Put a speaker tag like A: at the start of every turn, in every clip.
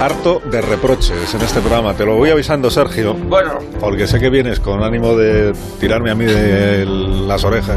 A: harto de reproches en este programa. Te lo voy avisando, Sergio.
B: Bueno.
A: Porque sé que vienes con ánimo de tirarme a mí de las orejas.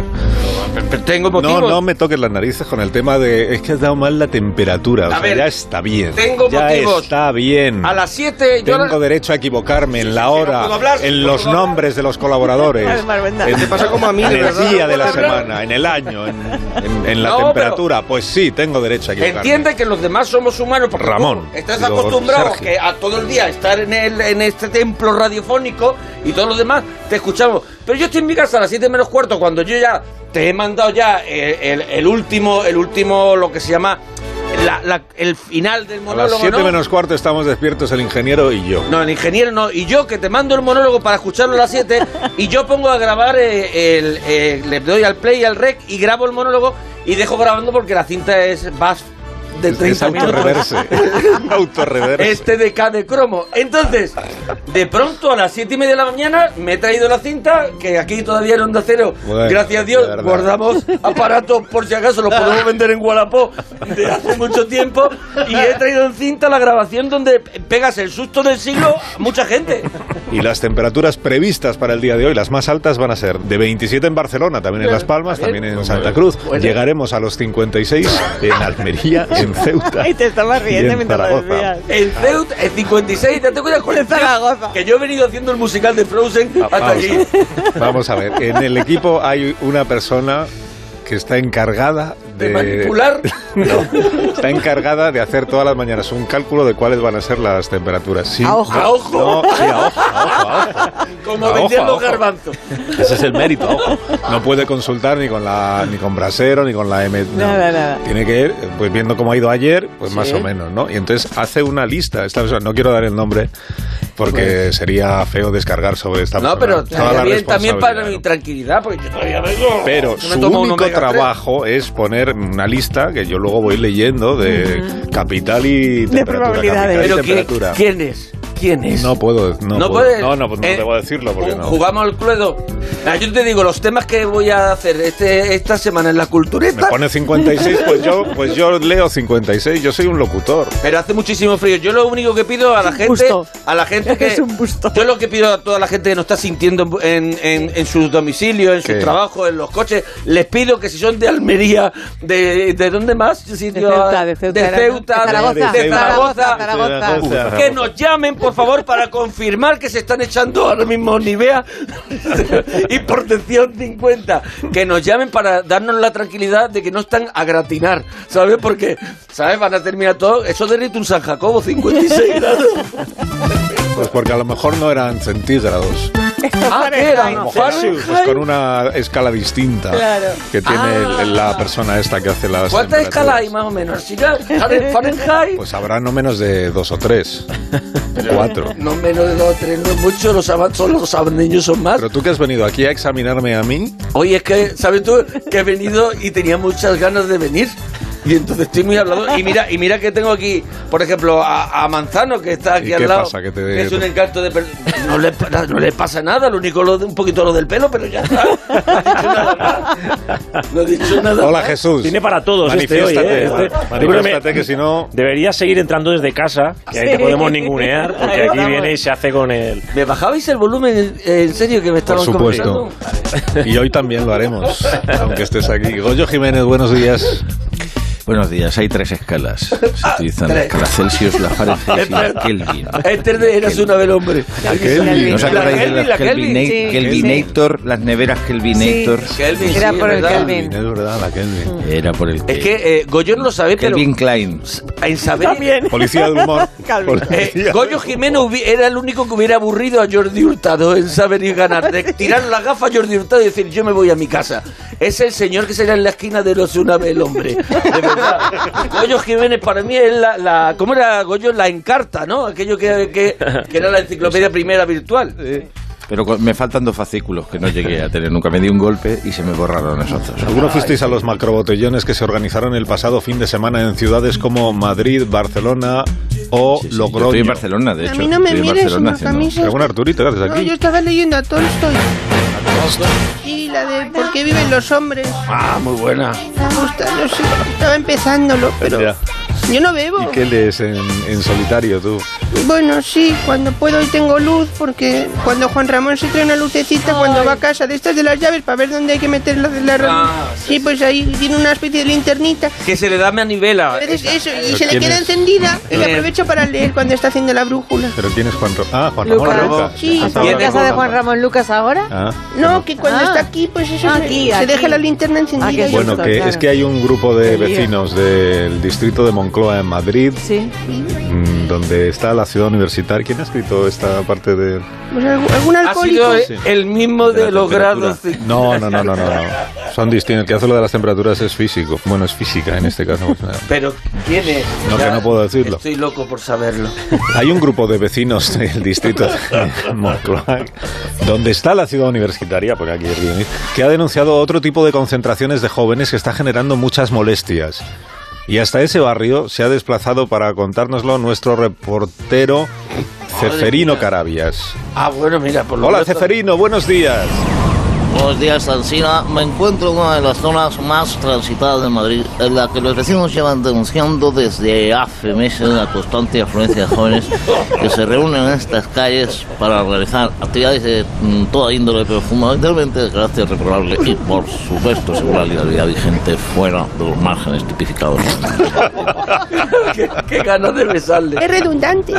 B: Tengo motivos.
A: No, no me toques las narices con el tema de es que has dado mal la temperatura. O
B: A
A: sea,
B: ver,
A: ya está bien.
B: tengo
A: ya
B: motivos.
A: está bien.
B: A las 7 yo...
A: Mm. Tengo derecho a equivocarme en la hora,
B: puedo hablar,
A: en
B: no
A: los
B: puedo hablar.
A: nombres de los colaboradores,
C: Ay, Marbenda.
A: en,
B: Te pasa como a mí, de
A: en el
B: verdad,
A: día
B: no
A: de la
B: puedo hablar.
A: semana, en el año, en, en- en la
B: No, pero-
A: temperatura. Pues sí, tengo derecho a equivocarme.
B: Entiende que los demás somos humanos. Porque
A: Ramón,
B: tú Estás
A: digo,
B: acostumbrado
A: Sergio.
B: que a todo el día estar en, el, en este templo radiofónico y todos los demás te escuchamos. Pero yo estoy en mi casa a las 7 menos cuarto cuando yo ya te he mandado ya eh, el, el- el último, el último, lo que se llama la- la- el final del
A: A
B: monólogo.
A: las 7
B: ¿no?
A: menos cuarto estamos despiertos el ingeniero y yo.
B: No, el ingeniero no. Y yo que te mando el monólogo para escucharlo a las 7 y yo pongo a grabar eh, el, eh, le doy al play y al rec y grabo el monólogo y dejo grabando porque la cinta es vas de
A: Es-
B: 30
A: es
B: minutos.
A: autorreverse. autorreverse.
B: Este de K de cromo. Entonces, de pronto a las 7 y media de la mañana me he traído la cinta, que aquí todavía en Onda Cero,
A: Bueno,
B: gracias a
A: de
B: Dios,
A: verdad.
B: guardamos aparatos por si acaso, los podemos vender en Wallapop de hace mucho tiempo. Y he traído en cinta la grabación donde pegas el susto del siglo a mucha gente.
A: Y las temperaturas previstas para el día de hoy, las más altas, van a ser de 27 en Barcelona, también en Las Palmas, también en Santa Cruz. Llegaremos a los 56 en Almería, en Ceuta.
C: Y te estabas
A: y en
C: riendo mientras lo
A: Zaragoza.
C: decías.
B: El Ceuta, el 56, ¿te acuerdas cuál es?
C: De Zaragoza.
B: Que yo he venido haciendo el musical de Frozen hasta
A: Vamos a
B: aquí.
A: ver. Vamos a ver, en el equipo hay una persona que está encargada de,
B: De manipular.
A: No, está encargada de hacer todas las mañanas un cálculo de cuáles van a ser las temperaturas. Sí,
C: A ojo.
A: no,
B: A ojo.
A: no, sí, a ojo, a ojo, a ojo.
B: Como
A: A
B: vendían
A: ojo, a
B: los
A: ojo.
B: garbanzos.
A: Ese es el mérito. ojo. No puede consultar ni con la ni con Brasero ni con la M. no.
C: Nada, nada.
A: Tiene que ir, pues viendo cómo ha ido ayer, pues más
C: Sí.
A: o menos, ¿no? Y entonces hace una lista. Esta persona, no quiero dar el nombre porque sería feo descargar sobre esta
B: Pues. No,
A: persona
B: pero
A: toda la
B: estaría bien también para
A: responsabilidad,
B: mi
A: ¿no?
B: tranquilidad, porque yo todavía vengo.
A: Pero
B: Yo me
A: su
B: tomo un
A: único
B: omega tres.
A: trabajo es poner una lista que yo luego voy leyendo de capital y temperatura.
C: probabilidades.
A: capital y
B: Pero ¿quién,
A: temperatura.
B: quién es? ¿Quién es?
A: No puedo, no,
B: No
A: puedo.
B: puedes.
A: No, no, pues no
B: Eh,
A: debo decirlo porque
B: Un-
A: no.
B: Jugamos al cluedo. Ah, yo te digo, los temas que voy a hacer este, esta semana en la
A: Me
B: cultureta.
A: pone 56, pues yo, pues yo leo 56, yo soy un locutor.
B: Pero hace muchísimo frío. Yo lo único que pido a la
C: un
B: gente.
C: busto.
B: A la gente que.
C: Es un busto.
B: Yo lo que pido a toda la gente que nos está sintiendo en, en, en, en sus domicilios, en
A: ¿Qué?
B: sus trabajos, en los coches, les pido que si son de Almería, ¿de, de dónde más? Sitio-
C: Ceuta, de Ceuta,
B: de
C: era, ¿no?
B: Ceuta,
C: De Zaragoza,
B: de Zaragoza,
C: Zaragoza.
B: Que nos llamen, por favor, para confirmar que se están echando ahora mismo Nivea y Protección 50. Que nos llamen para darnos la tranquilidad de que no están a gratinar, ¿sabes? Porque, ¿sabes? Van a terminar todo. Eso derrite un San Jacobo 56 grados.
A: Pues porque a lo mejor no eran centígrados.
B: ah, ¿qué era?
A: A lo mejor sí, pues con una escala distinta
C: Claro.
A: que tiene
B: Ah.
A: el- la persona esta que hace las.
B: ¿Cuántas
A: temperaturas.
B: escalas hay más o menos? Si ya, Fahrenheit- Fahrenheit.
A: Pues habrá no menos de dos o tres. cuatro.
B: No menos de dos o tres, no es mucho, los saben solo los saben niños son más.
A: Pero tú que has venido aquí a examinarme a mí,
B: Oye, es que, ¿sabes tú? Que he venido y tenía muchas ganas de venir. Y entonces estoy muy hablado. Y mira, y mira que tengo aquí, por ejemplo, a, a Manzano, que está aquí
A: ¿Y
B: al
A: qué
B: lado.
A: pasa? ¿Que te-
B: que es un encanto de. per- No le, pa- no le pasa nada, lo único lo de- un poquito lo del pelo, pero ya está. No he dicho nada más. No he dicho nada
A: hola
B: más.
A: Jesús.
D: Tiene para todos este hoy,
A: Manifiéstate,
D: ¿eh? Este-
A: manifiéstate que si no.
D: Debería seguir entrando desde casa, que ahí
C: Sí.
D: te podemos ningunear, porque
C: Ahí
D: aquí
C: vamos.
D: viene y se hace con él.
B: ¿Me bajabais el volumen en, en serio que me
A: Por
B: estaban
A: supuesto.
B: conversando?
A: Y hoy también lo haremos, aunque estés aquí. Goyo Jiménez, buenos días.
E: Buenos días, hay tres escalas. Se utilizan la
B: tres.
E: escala Celsius, la Fahrenheit y la Kelvin.
B: Este de eras una vez hombre.
A: Aquel-
E: ¿No os
B: La
E: acordáis de
B: Kelvin,
E: las
B: la
E: Kelvin,
B: Kelvin,
C: sí.
E: Kelvinator, las neveras Kelvinator? Mm.
B: Kelvin,
C: Era
B: sí,
C: por el
B: ¿verdad?
C: Kelvin.
A: Es verdad, la Kelvin.
E: Era por el
B: Es que eh, Goyo no lo sabe, pero
E: Kelvin Klein.
B: en saber...
A: Policía del humor.
C: Calvin.
B: Eh,
A: Policía.
B: Goyo Jiménez hubi- era el único que hubiera aburrido a Jordi Hurtado en saber y ganar. De tirar la gafa a Jordi Hurtado y decir, yo me voy a mi casa. Es el señor que se en la esquina de los una vez el hombre. De verdad. Goyo Jiménez para mí es la, la- ¿Cómo era Goyo? La encarta, ¿no? Aquello que, que- que era la enciclopedia primera virtual.
E: Pero co- me faltan dos fascículos que no llegué a tener nunca. Me di un golpe y se me borraron esos dos.
A: ¿Alguno fuisteis a los macrobotellones que se organizaron el pasado fin de semana en ciudades como Madrid, Barcelona o
E: Sí, sí, yo
A: Logroño?
E: Estoy en Barcelona, de
F: A
E: hecho.
F: mí no me
E: Estoy en
F: mires,
E: Barcelona
F: sino que a
E: haciendo-
F: mí se-
A: ¿Algún Arturito que haces
F: No,
A: aquí?
F: yo estaba leyendo a Tolstoy. Sí, la de ¿Por qué viven los hombres?
B: Ah, muy buena.
F: Me gusta, no sé. Estaba empezándolo, pero
A: Ya.
F: Yo no bebo.
A: ¿Y qué lees en, en solitario tú?
F: Bueno, sí, cuando puedo y tengo luz, porque cuando Juan Ramón se trae una lucecita, cuando va a casa de estas de las llaves para ver dónde hay que meter la, la
B: Ah,
F: sí, pues ahí tiene una especie de linternita.
B: Que se le da manivela.
F: A veces eso, y
A: ¿Pero
F: se le
A: quién
F: queda
A: es?
F: encendida y me
B: Eh.
F: aprovecho para leer cuando está haciendo la brújula.
A: ¿Pero quién es Juan Ramón? Ah, Juan
C: Luca.
A: Ramón Roca.
F: Sí.
A: Ah,
C: ¿Has estado en
B: Viene
C: casa de
B: con-
C: Juan Ramón Lucas ahora?
A: Ah.
F: No, que cuando
C: Ah.
F: está aquí, pues eso
C: Ah,
F: se-
C: aquí,
F: se
C: aquí.
F: deja la linterna
C: Ah,
F: encendida.
C: qué
F: y-
A: Bueno,
C: Justo,
A: que
C: claro.
A: es que hay un grupo de
C: Qué lío.
A: vecinos del distrito de Moncloa en Madrid,
C: Sí.
A: mm, donde está la ciudad universitaria. ¿Quién ha escrito esta parte de...?
F: pues, algún algún
B: Ha
F: alcohólico.
B: sido
A: Sí.
B: el mismo
E: De la
B: de los
E: temperatura.
B: grados. cinco.
A: No, no, no, no, no. no. Son distintos. El que hace lo de las temperaturas es físico. Bueno, es física en este caso.
B: Pero, ¿quién es?
A: No, que no puedo decirlo.
B: Estoy loco por saberlo.
A: Hay un grupo de vecinos del distrito de Moncloa, donde está la ciudad universitaria, porque aquí es Guionis, que ha denunciado otro tipo de concentraciones de jóvenes que está generando muchas molestias. Y hasta ese barrio se ha desplazado para contárnoslo nuestro reportero Ceferino Carabias.
B: Ah, bueno, mira, por lo
A: Hola
B: menos-
A: Ceferino, buenos días.
G: Buenos días, Alcina. Me encuentro en una de las zonas más transitadas de Madrid, en la que los vecinos llevan denunciando desde hace meses la constante afluencia de jóvenes que se reúnen en estas calles para realizar actividades de mm, toda índole, pero fundamentalmente de carácter reprobable y, por supuesto, según la legalidad vigente, fuera de los márgenes tipificados.
B: qué, qué ganas de
F: Es
B: besarle.
F: redundante.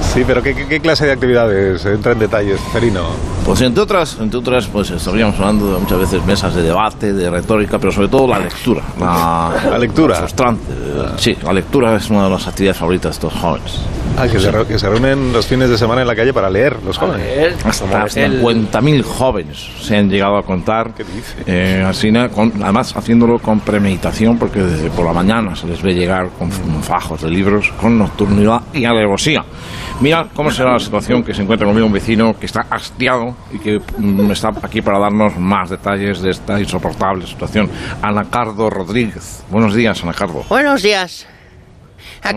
A: Sí, pero ¿qué, qué- qué clase de actividades? Entra en detalles, Ceferino.
E: Pues entre otras, entre otras, pues estaríamos hablando de muchas veces mesas de debate, de retórica, pero sobre todo la lectura. La,
A: La lectura.
E: frustrante. eh, Sí, la lectura es una de las actividades favoritas de estos jóvenes.
A: Ah, que se, re- que se reúnen los fines de semana en la calle para leer, los jóvenes.
B: Él,
E: Hasta
B: el-
E: 50.000 jóvenes se han llegado a contar.
A: ¿Qué dices?
E: Eh, así, na- con- además, haciéndolo con premeditación, porque desde por la mañana se les ve llegar con f- fajos de libros, con nocturnidad y alevosía. Mira cómo será la situación que se encuentra conmigo un vecino que está hastiado y que mm, está aquí para darnos más detalles de esta insoportable situación. Anacardo Rodríguez. Buenos días, Anacardo.
H: Buenos días.
E: ¿Cómo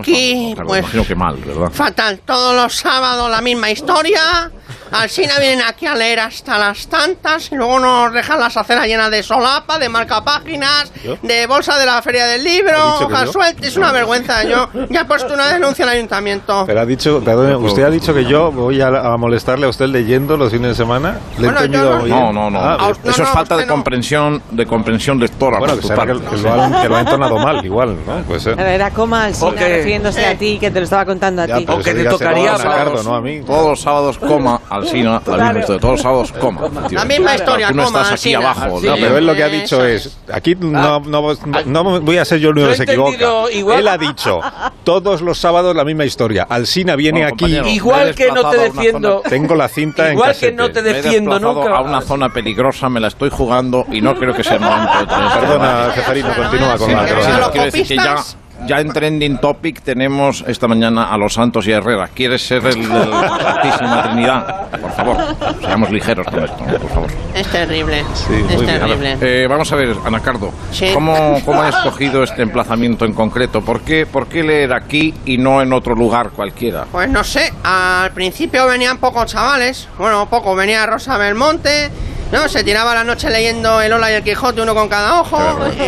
E: estamos,
H: Aquí,
E: Anacardo?
H: pues,
E: Imagino que mal, ¿verdad?
H: fatal. Todos los sábados la misma historia. Alcina vienen aquí a leer hasta las tantas y luego nos dejan las aceras llenas de solapa, de marcapáginas,
A: ¿Yo?
H: de bolsa de la feria del
A: ¿He
H: libro,
A: dicho que
H: hojas
A: yo?
H: sueltas. Es una vergüenza. Yo ya he puesto una denuncia al ayuntamiento.
A: Pero ha dicho, perdone, usted ha dicho que yo voy a, a molestarle a usted leyendo los fines de semana. ¿Le he
H: Bueno, yo
A: entendido
H: no-
A: bien?
E: No, no, no.
A: Ah,
H: Ah,
A: bien.
H: no,
E: Eso es
H: no,
E: falta de
H: usted no.
E: comprensión, de comprensión lectora.
A: bueno,
E: por
A: que
E: tu
A: será que,
E: parte.
A: que lo han, que lo ha entonado mal, igual, ¿no? Puede ser.
C: Era como Alcina
B: Ok.
C: refiriéndose a ti, que te lo estaba contando a
A: Ya,
C: ti.
A: pero
B: O que
A: eso
B: te
A: dígaselo
B: tocaría
A: a Ricardo,
B: hablaros.
A: no a mí.
E: Todos los sábados coma Alsina, la misma historia. Todos los sábados coma. efectivamente.
H: La misma historia,
E: Tú no
H: coma,
E: estás aquí
H: Alsina.
E: abajo.
A: No,
E: ¿no?
B: Sí. Ah,
A: pero él lo que ha
H: Eso
A: dicho es, aquí no, no, no, no voy a ser yo el único
B: Lo
A: que
B: he
A: se equivoca.
B: entendido igual.
A: Él ha dicho, todos los sábados la misma historia. Alsina viene
E: Bueno,
A: aquí,
E: compañero.
B: Igual
E: Me he
B: que no te
E: desplazado a una
B: defiendo.
A: tengo la cinta
B: Igual
A: en
B: que
A: casete.
B: no te
E: Me he
B: defiendo
E: desplazado
B: nunca.
E: a una zona peligrosa, me la estoy jugando y no creo que sea el momento de tener
A: Perdona,
E: problemas.
A: Ceferino, continúa con
E: Sí,
A: la
E: sí,
H: Pero
E: sí,
H: a
A: cronología.
H: los
E: quiero decir que ya,
H: copistas.
E: ya en Trending Topic tenemos esta mañana a Los Santos y a Herrera. ¿Quieres ser el, de la Santísima Trinidad? Por favor, seamos ligeros con esto, por favor.
H: Es terrible.
A: Sí, muy
H: es
A: bien.
H: terrible.
E: Eh, vamos a ver, Anacardo,
H: Sí.
E: ¿cómo, ¿cómo han escogido este emplazamiento en concreto? ¿Por qué, ¿Por qué leer aquí y no en otro lugar cualquiera?
H: Pues no sé, al principio venían pocos chavales, bueno, poco, venía Rosa Belmonte, no, se tiraba la noche leyendo el Ola y el Quijote, uno con cada ojo,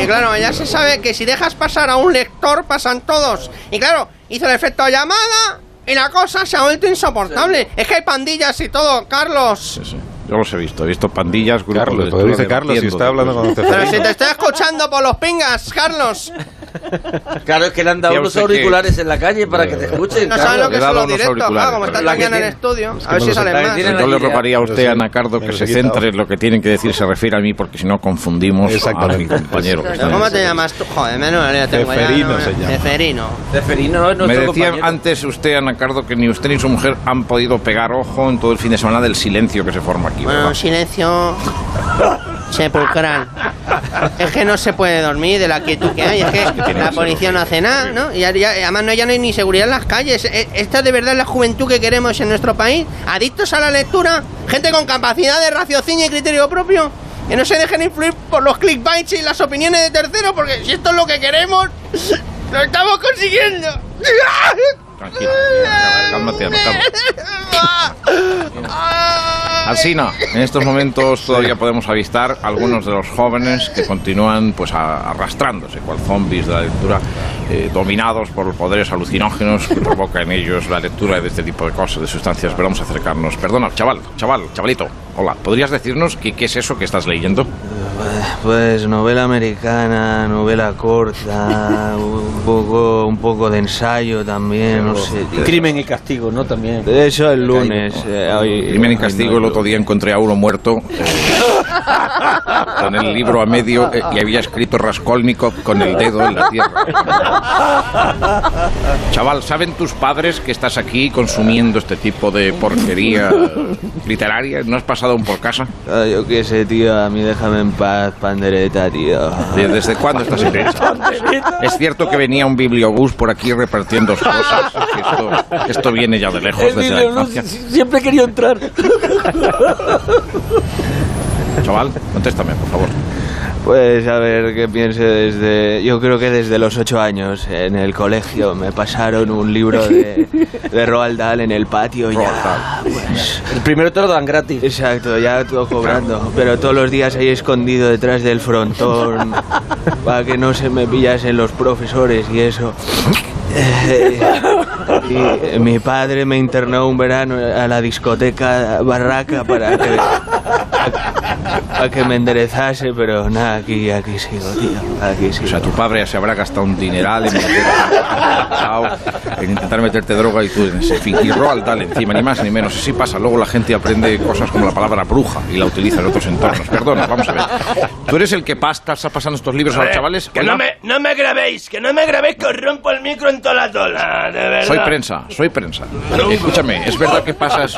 H: y claro, ya se sabe que si dejas pasar a un lector, pasan todos, y claro, hizo el efecto llamada, y la cosa se ha vuelto insoportable, es que hay pandillas y todo, Carlos,
E: Sí, sí, Yo los he visto, he visto pandillas, grupos
A: Carlos,
E: de
A: porque dice
E: lectura
A: Carlos y
E: debatiendo
A: está hablando con
E: después.
H: pero si
A: Ceferino.
H: te estoy escuchando por los pingas, Carlos,
B: Claro, es que le han dado
E: Ya
B: unos
A: pues
E: usted
B: auriculares en la calle para que te escuchen.
H: no
B: claro.
H: sabes lo
E: le he
H: que
E: dado
H: son los
E: unos
H: directos,
E: auriculares,
H: claro, como está
B: pero la que
H: mañana en el
B: tiene-
H: estudio,
A: que
H: a ver
A: me
H: si
A: los
H: salen
B: está-
H: más.
B: tiene-
E: Yo le
B: idea.
E: rogaría a usted,
A: Pero sí,
E: Anacardo,
A: me
E: que
A: lo
E: se
A: he quitado.
E: centre en lo que tienen que decir, se refiere a mí, porque si no confundimos a mi
A: Exactamente.
E: compañero. que está en
H: ¿Cómo
E: el-
H: te llamas tú? Joder, menos ya tengo ya,
A: Ceferino
H: no,
A: se llama.
H: Ceferino.
B: Ceferino es
E: Me
B: nuestro
E: decía
B: compañero.
E: antes usted, Anacardo, que ni usted ni su mujer han podido pegar ojo en todo el fin de semana del silencio que se forma aquí.
H: Bueno,
E: ¿verdad?
H: un silencio sepulcral. Es que no se puede dormir de la quietud que hay. Es que la policía no hace nada, ¿no? Y ya- además no, ya no hay ni seguridad en las calles. E- Esta de verdad es la juventud que queremos en nuestro país. Adictos a la lectura, gente con capacidad de raciocinio y criterio propio. Que no se dejen influir por los clickbaits y las opiniones de terceros, porque si esto es lo que queremos, lo estamos consiguiendo.
E: Tranquilo, cálmate, Anacardo.
H: Ah.
E: Alsina, en estos momentos todavía podemos avistar algunos de los jóvenes que continúan pues a- arrastrándose cual zombies de la lectura, eh, dominados por los poderes alucinógenos que provoca en ellos la lectura de este tipo de cosas, de sustancias. Pero vamos a acercarnos. Perdona, chaval, chaval, chavalito. Hola, ¿podrías decirnos qué, qué es eso que estás leyendo?
I: Pues novela americana, novela corta, un poco, un poco de ensayo
A: Eh,
I: también, no sé.
B: Y Pues, crimen y castigo, ¿no? También.
I: Eso el lunes. eh, hoy-
E: Crimen y
I: hoy
E: castigo,
I: no.
E: el otro día encontré a uno muerto eh, con el libro a medio eh, y había escrito Raskolnikov con el dedo en la tierra. Chaval, ¿saben tus padres que estás aquí consumiendo este tipo de porquería literaria? ¿No has pasado aún por casa?
I: Ah, yo qué sé, tío, a mí déjame en paz, pandereta, tío.
E: ¿De- ¿Desde cuándo estás en casa? Es cierto que venía un bibliobús por aquí repartiendo cosas. Esto, esto viene ya de lejos,
B: El
E: desde la
B: libro, ¿no?
E: infancia.
B: Sie- siempre he querido entrar.
E: Chaval, contéstame, por favor.
I: Pues a ver qué pienso desde. Yo creo que desde los ocho años en el colegio me pasaron un libro de, de Roald Dahl en el patio y
E: Roald
I: ya.
E: Dahl.
I: Pues,
B: El primero te lo dan gratis.
I: exacto, ya todo cobrando. Pero todos los días ahí escondido detrás del frontón para que no se me pillasen los profesores y eso. Eh, y eh, mi padre me internó un verano a la discoteca Barraca para que, para que me enderezase, pero nada, aquí, aquí sigo, tío. Aquí sigo.
E: O sea, tu padre ya se habrá gastado un dineral en, meter- Chao, en intentar meterte droga y tú en ese fin. Y Roald Dahl encima, ni más ni menos. Así pasa. Luego la gente aprende cosas como la palabra bruja y la utiliza en otros entornos. Perdona, vamos a ver. ¿Tú eres el que pa- estás pasando estos libros
J: Pues,
E: a los chavales?
J: Que
E: Oiga,
J: no me, no me grabéis, que no me grabéis, que os rompo el micro en toda la tola, Ah, de verdad.
E: Soy prensa, soy prensa. Escúchame, es verdad que pasas.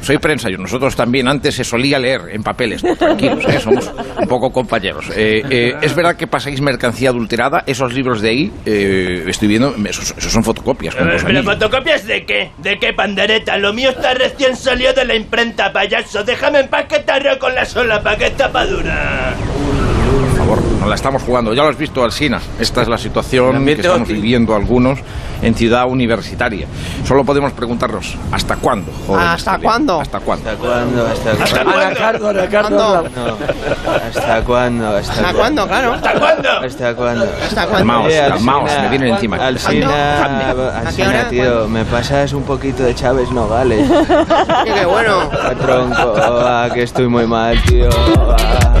E: Soy prensa, yo nosotros también. Antes se solía leer en papeles, pues, tranquilos, ¿eh? somos un poco compañeros. Eh, eh, es verdad que pasáis mercancía adulterada, esos libros de ahí, eh, estoy viendo, esos, esos son fotocopias. con
J: Eh,
E: dos
J: ¿Pero
E: anillos.
J: fotocopias de qué? ¿De qué, pandereta? Lo mío está recién salido de la imprenta, payaso. Déjame en paz que te arreo con la sola, pa' que está pa' dura.
E: Por favor, nos la estamos jugando. Ya lo has visto, Alsina. Esta es la situación que
B: ambiente
E: estamos
B: hostil.
E: viviendo algunos en ciudad universitaria. Solo podemos preguntarnos, ¿hasta cuándo? jóvenes,
H: ¿Hasta
E: Julián?
H: cuándo?
E: ¿Hasta cuándo?
I: Ah. ¿Hasta cuándo? ¿Hasta
J: ¿Hasta
I: cuándo?
J: cuándo?
B: Anacardo, Anacardo.
H: ¿Cuándo?
B: habla.
I: No, ¿Hasta cuándo?
H: ¿Hasta cuándo? Claro.
J: ¿Hasta cuándo?
I: ¿Hasta cuándo?
H: ¿Hasta cuándo?
E: Calmaos,
I: Eh, Alsina,
E: calmaos, me vienen encima.
I: Alsina,
H: ¿A qué hora?
I: Alsina, tío, me pasas un poquito de Chávez Nogales.
H: Sí, qué bueno.
I: Ah, Tronco, ah, que estoy muy mal, tío. ah.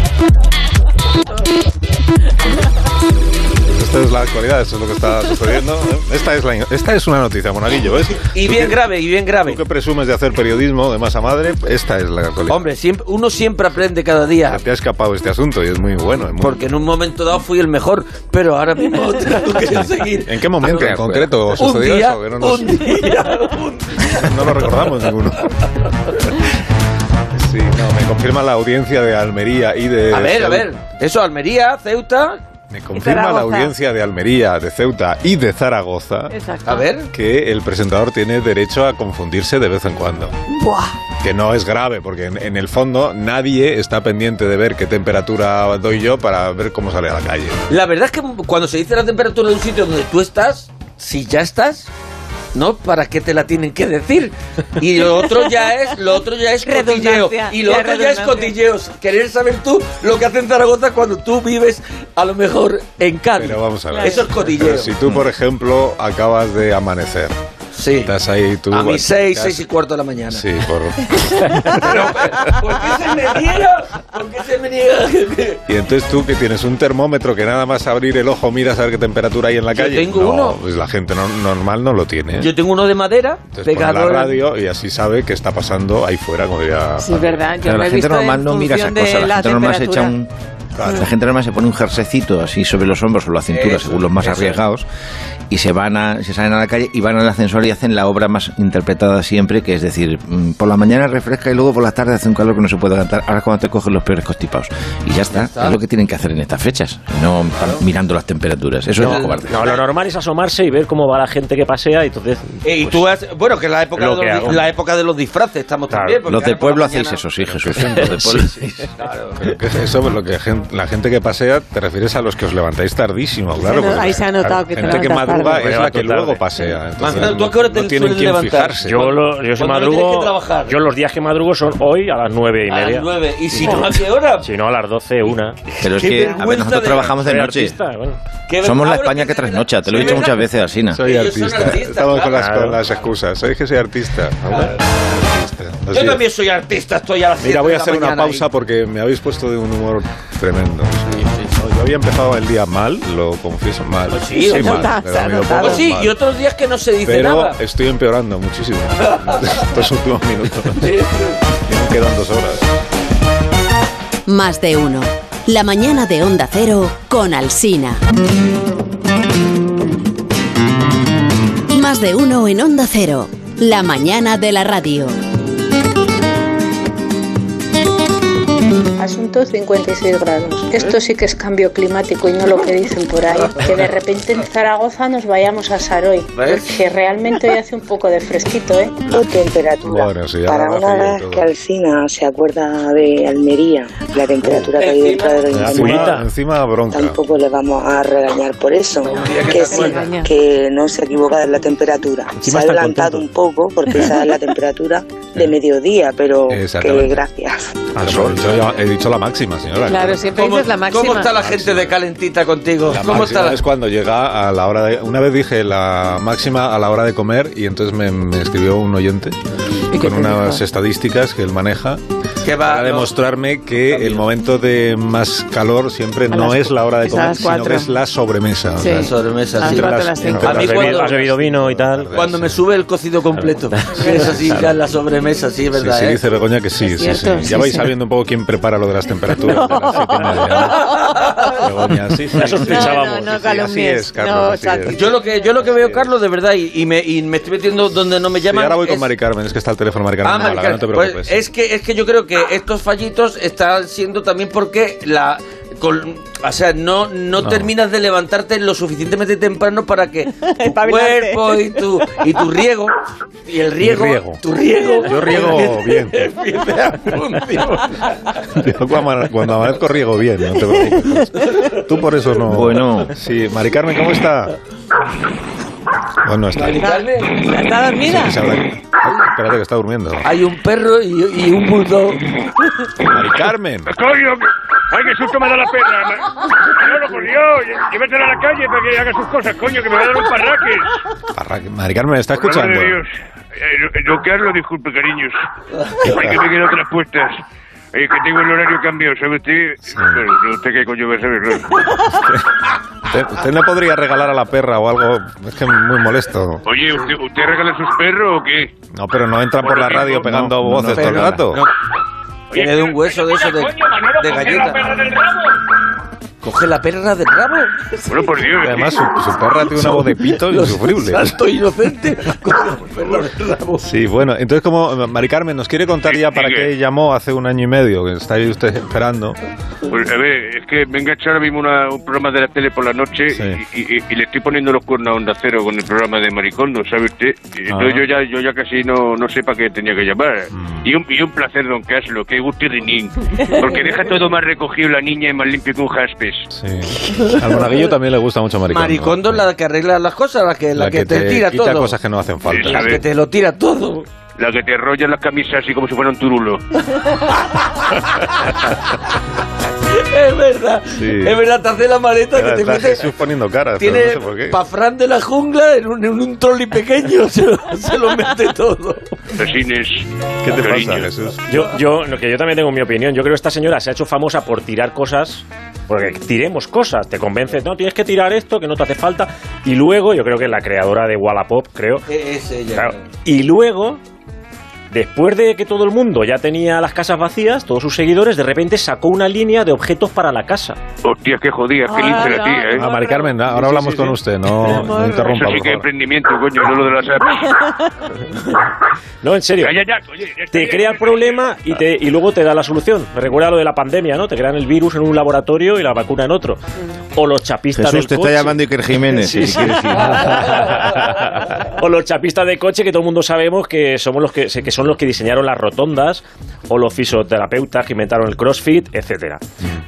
A: Esta es la actualidad, eso es lo que está sucediendo. Esta es, la, esta es una noticia, Monaguillo, ¿ves?
B: Y
A: Tú
B: bien
A: que-
B: grave, y bien grave.
A: Tú que presumes de hacer periodismo de masa madre, esta es la actualidad.
B: Hombre, siempre, uno siempre aprende cada día.
A: Se te ha escapado este asunto y es muy bueno. es muy-
B: Porque en un momento dado fui el mejor, pero ahora mismo tengo que seguir.
A: ¿En qué momento en concreto
B: Un
A: sucedió
B: día,
A: eso? Que no, nos-
B: un día, un
A: no lo recordamos ninguno. Sí, no, me confirma la audiencia de Almería y de...
B: A ver, a ver.
A: Ceuta.
B: Eso, Almería, Ceuta.
A: Me confirma la
C: Zaragoza.
A: audiencia de Almería, de Ceuta y de Zaragoza
C: Exacto.
B: A ver.
A: que el presentador tiene derecho a confundirse de vez en cuando.
C: Buah.
A: Que no es grave, porque en, en el fondo nadie está pendiente de ver qué temperatura doy yo para ver cómo sale a la calle.
B: La verdad es que cuando se dice la temperatura de un sitio donde tú estás, si ya estás, ¿no? ¿Para qué te la tienen que decir? Y lo otro ya es, lo otro ya es cotilleo.
C: Redundancia,
B: Y lo
C: la
B: otro ya es
C: redundancia.
B: cotilleo. Querer saber tú lo que hace en Zaragoza cuando tú vives, a lo mejor, en Cádiz.
A: Pero vamos a ver.
B: Eso es cotilleo.
A: Pero si tú, por ejemplo, acabas de amanecer,
B: Sí.
A: estás ahí tú...
B: A mis seis,
A: te has-
B: seis y cuarto de la mañana.
A: Sí, por...
B: Pero, ¿Por qué se me niega? ¿Por qué se me niega?
A: Y entonces tú que tienes un termómetro que nada más abrir el ojo miras a ver qué temperatura hay en la
B: Yo
A: calle.
B: tengo
A: No,
B: uno.
A: Pues la gente no- normal no lo tiene.
B: Yo tengo uno de madera,
A: Entonces pone
B: pegado
A: la
B: en-
A: radio y así sabe qué está pasando ahí fuera, como diría.
C: Sí, es verdad. Yo
E: Claro,
C: lo
E: la
C: he
E: gente
C: visto
E: normal
C: en
E: no mira esas
C: función de
E: cosas. La gente normal se echa
C: temperatura.
E: un. La gente normal se pone un jerseycito así sobre los hombros o la cintura,
B: Eso,
E: según los más
B: eso es.
E: arriesgados, y se van a, se salen a la calle y van al ascensor y hacen la obra más interpretada siempre, que es decir, mm, por la mañana refresca y luego por la tarde hace un calor que no se puede aguantar. Ahora es cuando te cogen los peores constipados. Y ya está, es lo que tienen que hacer en estas fechas, no mirando las temperaturas. Eso es de cobarde.
D: No, lo normal es asomarse y ver cómo va la gente que pasea y entonces...
B: Eh, y
D: pues,
B: tú has, bueno, que la época,
D: lo
B: de los,
D: que
B: di-
D: hago.
B: la época de los disfraces estamos también. porque
E: Los
B: ahora
E: del
B: por la
E: pueblo hacéis
B: mañana-
E: eso, sí, Jesús. Los del pueblo hacéis.
A: Pero que eso es lo que gen- la gente que pasea, te refieres a los que os levantáis tardísimo, claro.
C: no-
A: porque
C: ahí se ha notado que te
A: La gente que
C: levantas
A: madruga
C: tarde.
A: es la que
D: Levanto
A: luego
D: tarde.
A: pasea. Entonces,
B: Manolo, ¿tú a qué hora te
A: tienen
B: sueles
A: quién
B: levantar?
A: fijarse.
D: Yo, lo- yo
B: ¿Cuándo
D: si
B: no tienes
D: madrugo,
B: que trabajar?
D: yo los días que madrugo son hoy a las nueve y
B: A las
D: media.
B: nueve. ¿Y si
D: Sí.
B: no, a qué hora?
D: Si no, a las doce, una.
K: Pero es
B: Qué
K: que a ver,
B: vergüenza
K: nosotros
B: de-
K: trabajamos de
D: Soy
K: noche.
D: artista, bueno.
B: Qué ver-
K: Somos la
B: ahora
K: España
B: que
K: que
B: se ve la-
K: trasnocha, te lo he
B: se
K: dicho
B: ve la-
K: muchas veces, Asina.
A: Soy
B: Ellos son
A: artista.
B: artistas,
A: Estamos con las,
D: claro.
A: con las excusas. Sabéis que soy artista. Así
B: Yo
A: es.
B: también soy artista, estoy a las
A: Mira,
B: siete
A: voy
B: de
A: a
B: la
A: hacer una
B: mañana
A: pausa porque me habéis puesto de un humor tremendo. Yo había empezado el día mal, lo confieso, mal.
B: Pues sí, se
A: mal.
C: nota,
A: pero
C: se
A: me lo
C: nota.
A: pongo
B: y- Pues sí,
A: mal.
B: y otros días que no se dice
A: Pero
B: nada.
A: estoy empeorando muchísimo estos últimos minutos. Me quedan dos horas.
L: Más de uno. La mañana de Onda Cero con Alsina. Más de uno en Onda Cero. La mañana de la radio.
M: Asunto 56 grados. Esto sí que es cambio climático y no lo que dicen por ahí. Que de repente en Zaragoza nos vayamos a Saroy.
A: ¿Ves?
M: Porque realmente hoy hace un poco de fresquito, ¿eh? temperatura.
A: Bueno, sí, ya Para la una baja y vez todo. que
M: Alcina se acuerda de Almería, la temperatura
A: que
M: hay dentro de
A: Encima, encima bronca.
M: Tampoco le vamos a regañar por eso, que sí, que no se equivoca de la temperatura. Se ha
A: está
M: adelantado un poco porque esa es la temperatura de mediodía, pero que
A: Exactamente.
M: gracias.
A: Ah, no, he, dicho, ya- he dicho la máxima, señora.
C: Claro, siempre
B: ¿Cómo,
C: dices la máxima.
B: ¿Cómo está la gente de calentita contigo?
A: La
B: ¿Cómo está
A: máxima
B: la
A: es cuando llega a la hora de... Una vez dije la máxima a la hora de comer y entonces me, me escribió un oyente con unas estadísticas que él maneja
B: que
A: para
B: va? no?
A: demostrarme que el momento de más calor siempre
C: A
A: no
C: las-
A: es la hora de
C: es a
A: comer,
C: las
A: sino que
C: cuatro.
A: es la sobremesa. o
C: Sí.
A: sea,
B: La sobremesa, sí.
C: Al rato
A: las-
C: a las cinco.
A: entre
B: A mí
D: Has
A: las-
D: bebido,
B: cuando-
D: has bebido vino y tal.
B: Cuando me sube el cocido completo. Eso sí, ya la sobremesa, sí, es
A: Sí,
B: verdad.
A: sí,
B: ¿eh?
A: dice Begoña que sí,
C: Es
A: sí,
C: cierto,
A: sí.
C: sí,
A: Ya vais
C: sí.
A: sabiendo un poco quién prepara lo de las temperaturas de las siete y media, ¿no? Begoña, sí, sí,
D: Ya
A: sí, sí.
D: sospechábamos.
C: No, no, no,
A: Sí, sí, así
C: calumnies.
A: es, Carlos,
C: No,
A: así es.
C: exacto.
B: Yo lo que, yo lo que veo, Carlos, de verdad, y, y me, y me estoy metiendo donde no me
A: Sí,
B: llaman.
A: ahora voy con
B: es-
A: Mari Carmen, es que está el teléfono Mari Carmen
B: Ah,
A: en Málaga,
B: Maricar-
A: no te
B: pues
A: preocupes.
B: es que es que yo creo que estos fallitos están siendo también porque la col- o sea, no, no,
A: No.
B: terminas de levantarte lo suficientemente temprano para que tu
C: Espabilarte.
B: cuerpo y tu, y tu riego, y el riego,
A: riego.
B: tu riego.
A: Yo riego bien.
B: empiece a funcionar.
A: Yo cuando cuando amanezco riego bien, no te preocupes. Tú por eso no.
K: Bueno.
A: Sí, Mari Carmen, ¿cómo está? Bueno, está.
B: Mari Carmen,
C: ¿Está dormida?
A: Se habrá- Ay, Espérate que está durmiendo.
B: Hay un perro y, y un bulldog.
A: Mari Carmen.
N: ¡Coño! ¡Ay, qué susto me da la perra! ma- ¡Manolo, por Dios! lle- Llévatela a la calle para que haga sus cosas, coño, que me va a dar un parraque.
A: Parra- Mari Carmen, ¿está
N: Por amor
A: escuchando?
N: de Dios. Eh, don Carlos, disculpe, cariños. Ay, que me quedan otras puestas. Eh, que tengo el horario cambiado, ¿sabe usted? Bueno, no, usted qué coño va a saber,
A: ¿Usted, usted no podría regalar a la perra o algo? Es que es muy molesto.
N: Oye, ¿usted, ¿usted regala sus perros o qué?
A: No, pero no entran por la radio pegando
K: No, no,
A: voces
K: no
A: todo el
K: pega.
A: rato.
B: No, tiene de un hueso de eso de, de galleta. Coge la perra del rabo.
N: Bueno, por Dios.
A: Además, su, su perra tiene una voz de pito
B: Los-
A: insufrible.
B: Santo inocente. Coge la perra del rabo.
A: Sí, bueno, entonces como eh, Mari Carmen nos quiere contar ya para qué llamó hace un año y medio, que está ahí usted esperando.
N: Pues, a ver, es que me he enganchado ahora mismo una- un programa de la tele por la noche
A: Sí.
N: y, y- y le estoy poniendo los cuernos a Onda Cero con el programa de Maricondo, ¿sabe usted? Y Entonces
A: Ah. Mm.
N: yo ya yo ya casi no, no sé para qué tenía que llamar. Y, un, y un placer, don Caslo, que gusto y rinín, porque deja todo más recogido la niña y más limpio que un jaspes.
A: Sí. Al monaguillo también le gusta mucho Maricondo.
B: Maricondo es la que arregla las cosas, la que, la que, te, tira
A: quita
B: todo.
A: cosas que no hacen falta.
N: Sí,
B: La que te lo tira todo.
N: La que te enrolla las camisas así como si fuera un turulo.
B: Es verdad.
A: Sí.
B: Es verdad, te hace la maleta que te
A: Está
B: mete.
A: Jesús poniendo caras, pero
B: Tiene
A: no sé por qué.
B: pafrán de la jungla en un, en un trolley pequeño. se, lo, se lo mete todo.
N: Resines.
A: ¿Qué te
N: cariño.
A: pasa, Jesús?
D: Yo, yo, no, que yo también tengo mi opinión. Yo creo que esta señora se ha hecho famosa por tirar cosas, porque tiremos cosas, te convences, no, tienes que tirar esto, que no te hace falta. Y luego, yo creo que es la creadora de Wallapop, creo.
B: E-, Es ella.
D: Claro. Y luego, después de que todo el mundo ya tenía las casas vacías, todos sus seguidores, de repente sacó una línea de objetos para la casa.
N: Hostia, qué jodida, qué lince la tía, ¿eh?
A: Ah, Mari Carmen, ahora hablamos con usted, no, no
N: Eso sí
A: interrumpa, por
N: que es
A: favor.
N: emprendimiento, coño, no lo de las apps.
D: No, en serio.
N: Calla ya, oye, ya está
D: Te
N: bien.
D: crea el problema y, te, y luego te da la solución. Me recuerda lo de la pandemia, ¿no? Te crean el virus en un laboratorio y la vacuna en otro. O los chapistas
K: Jesús,
D: del
K: te está
D: coche.
K: llamando Iker Jiménez, si quieres ir.
D: o los chapistas de coche que todo el mundo sabemos que somos los que, que son los que diseñaron las rotondas o los fisioterapeutas que inventaron el CrossFit, etcétera.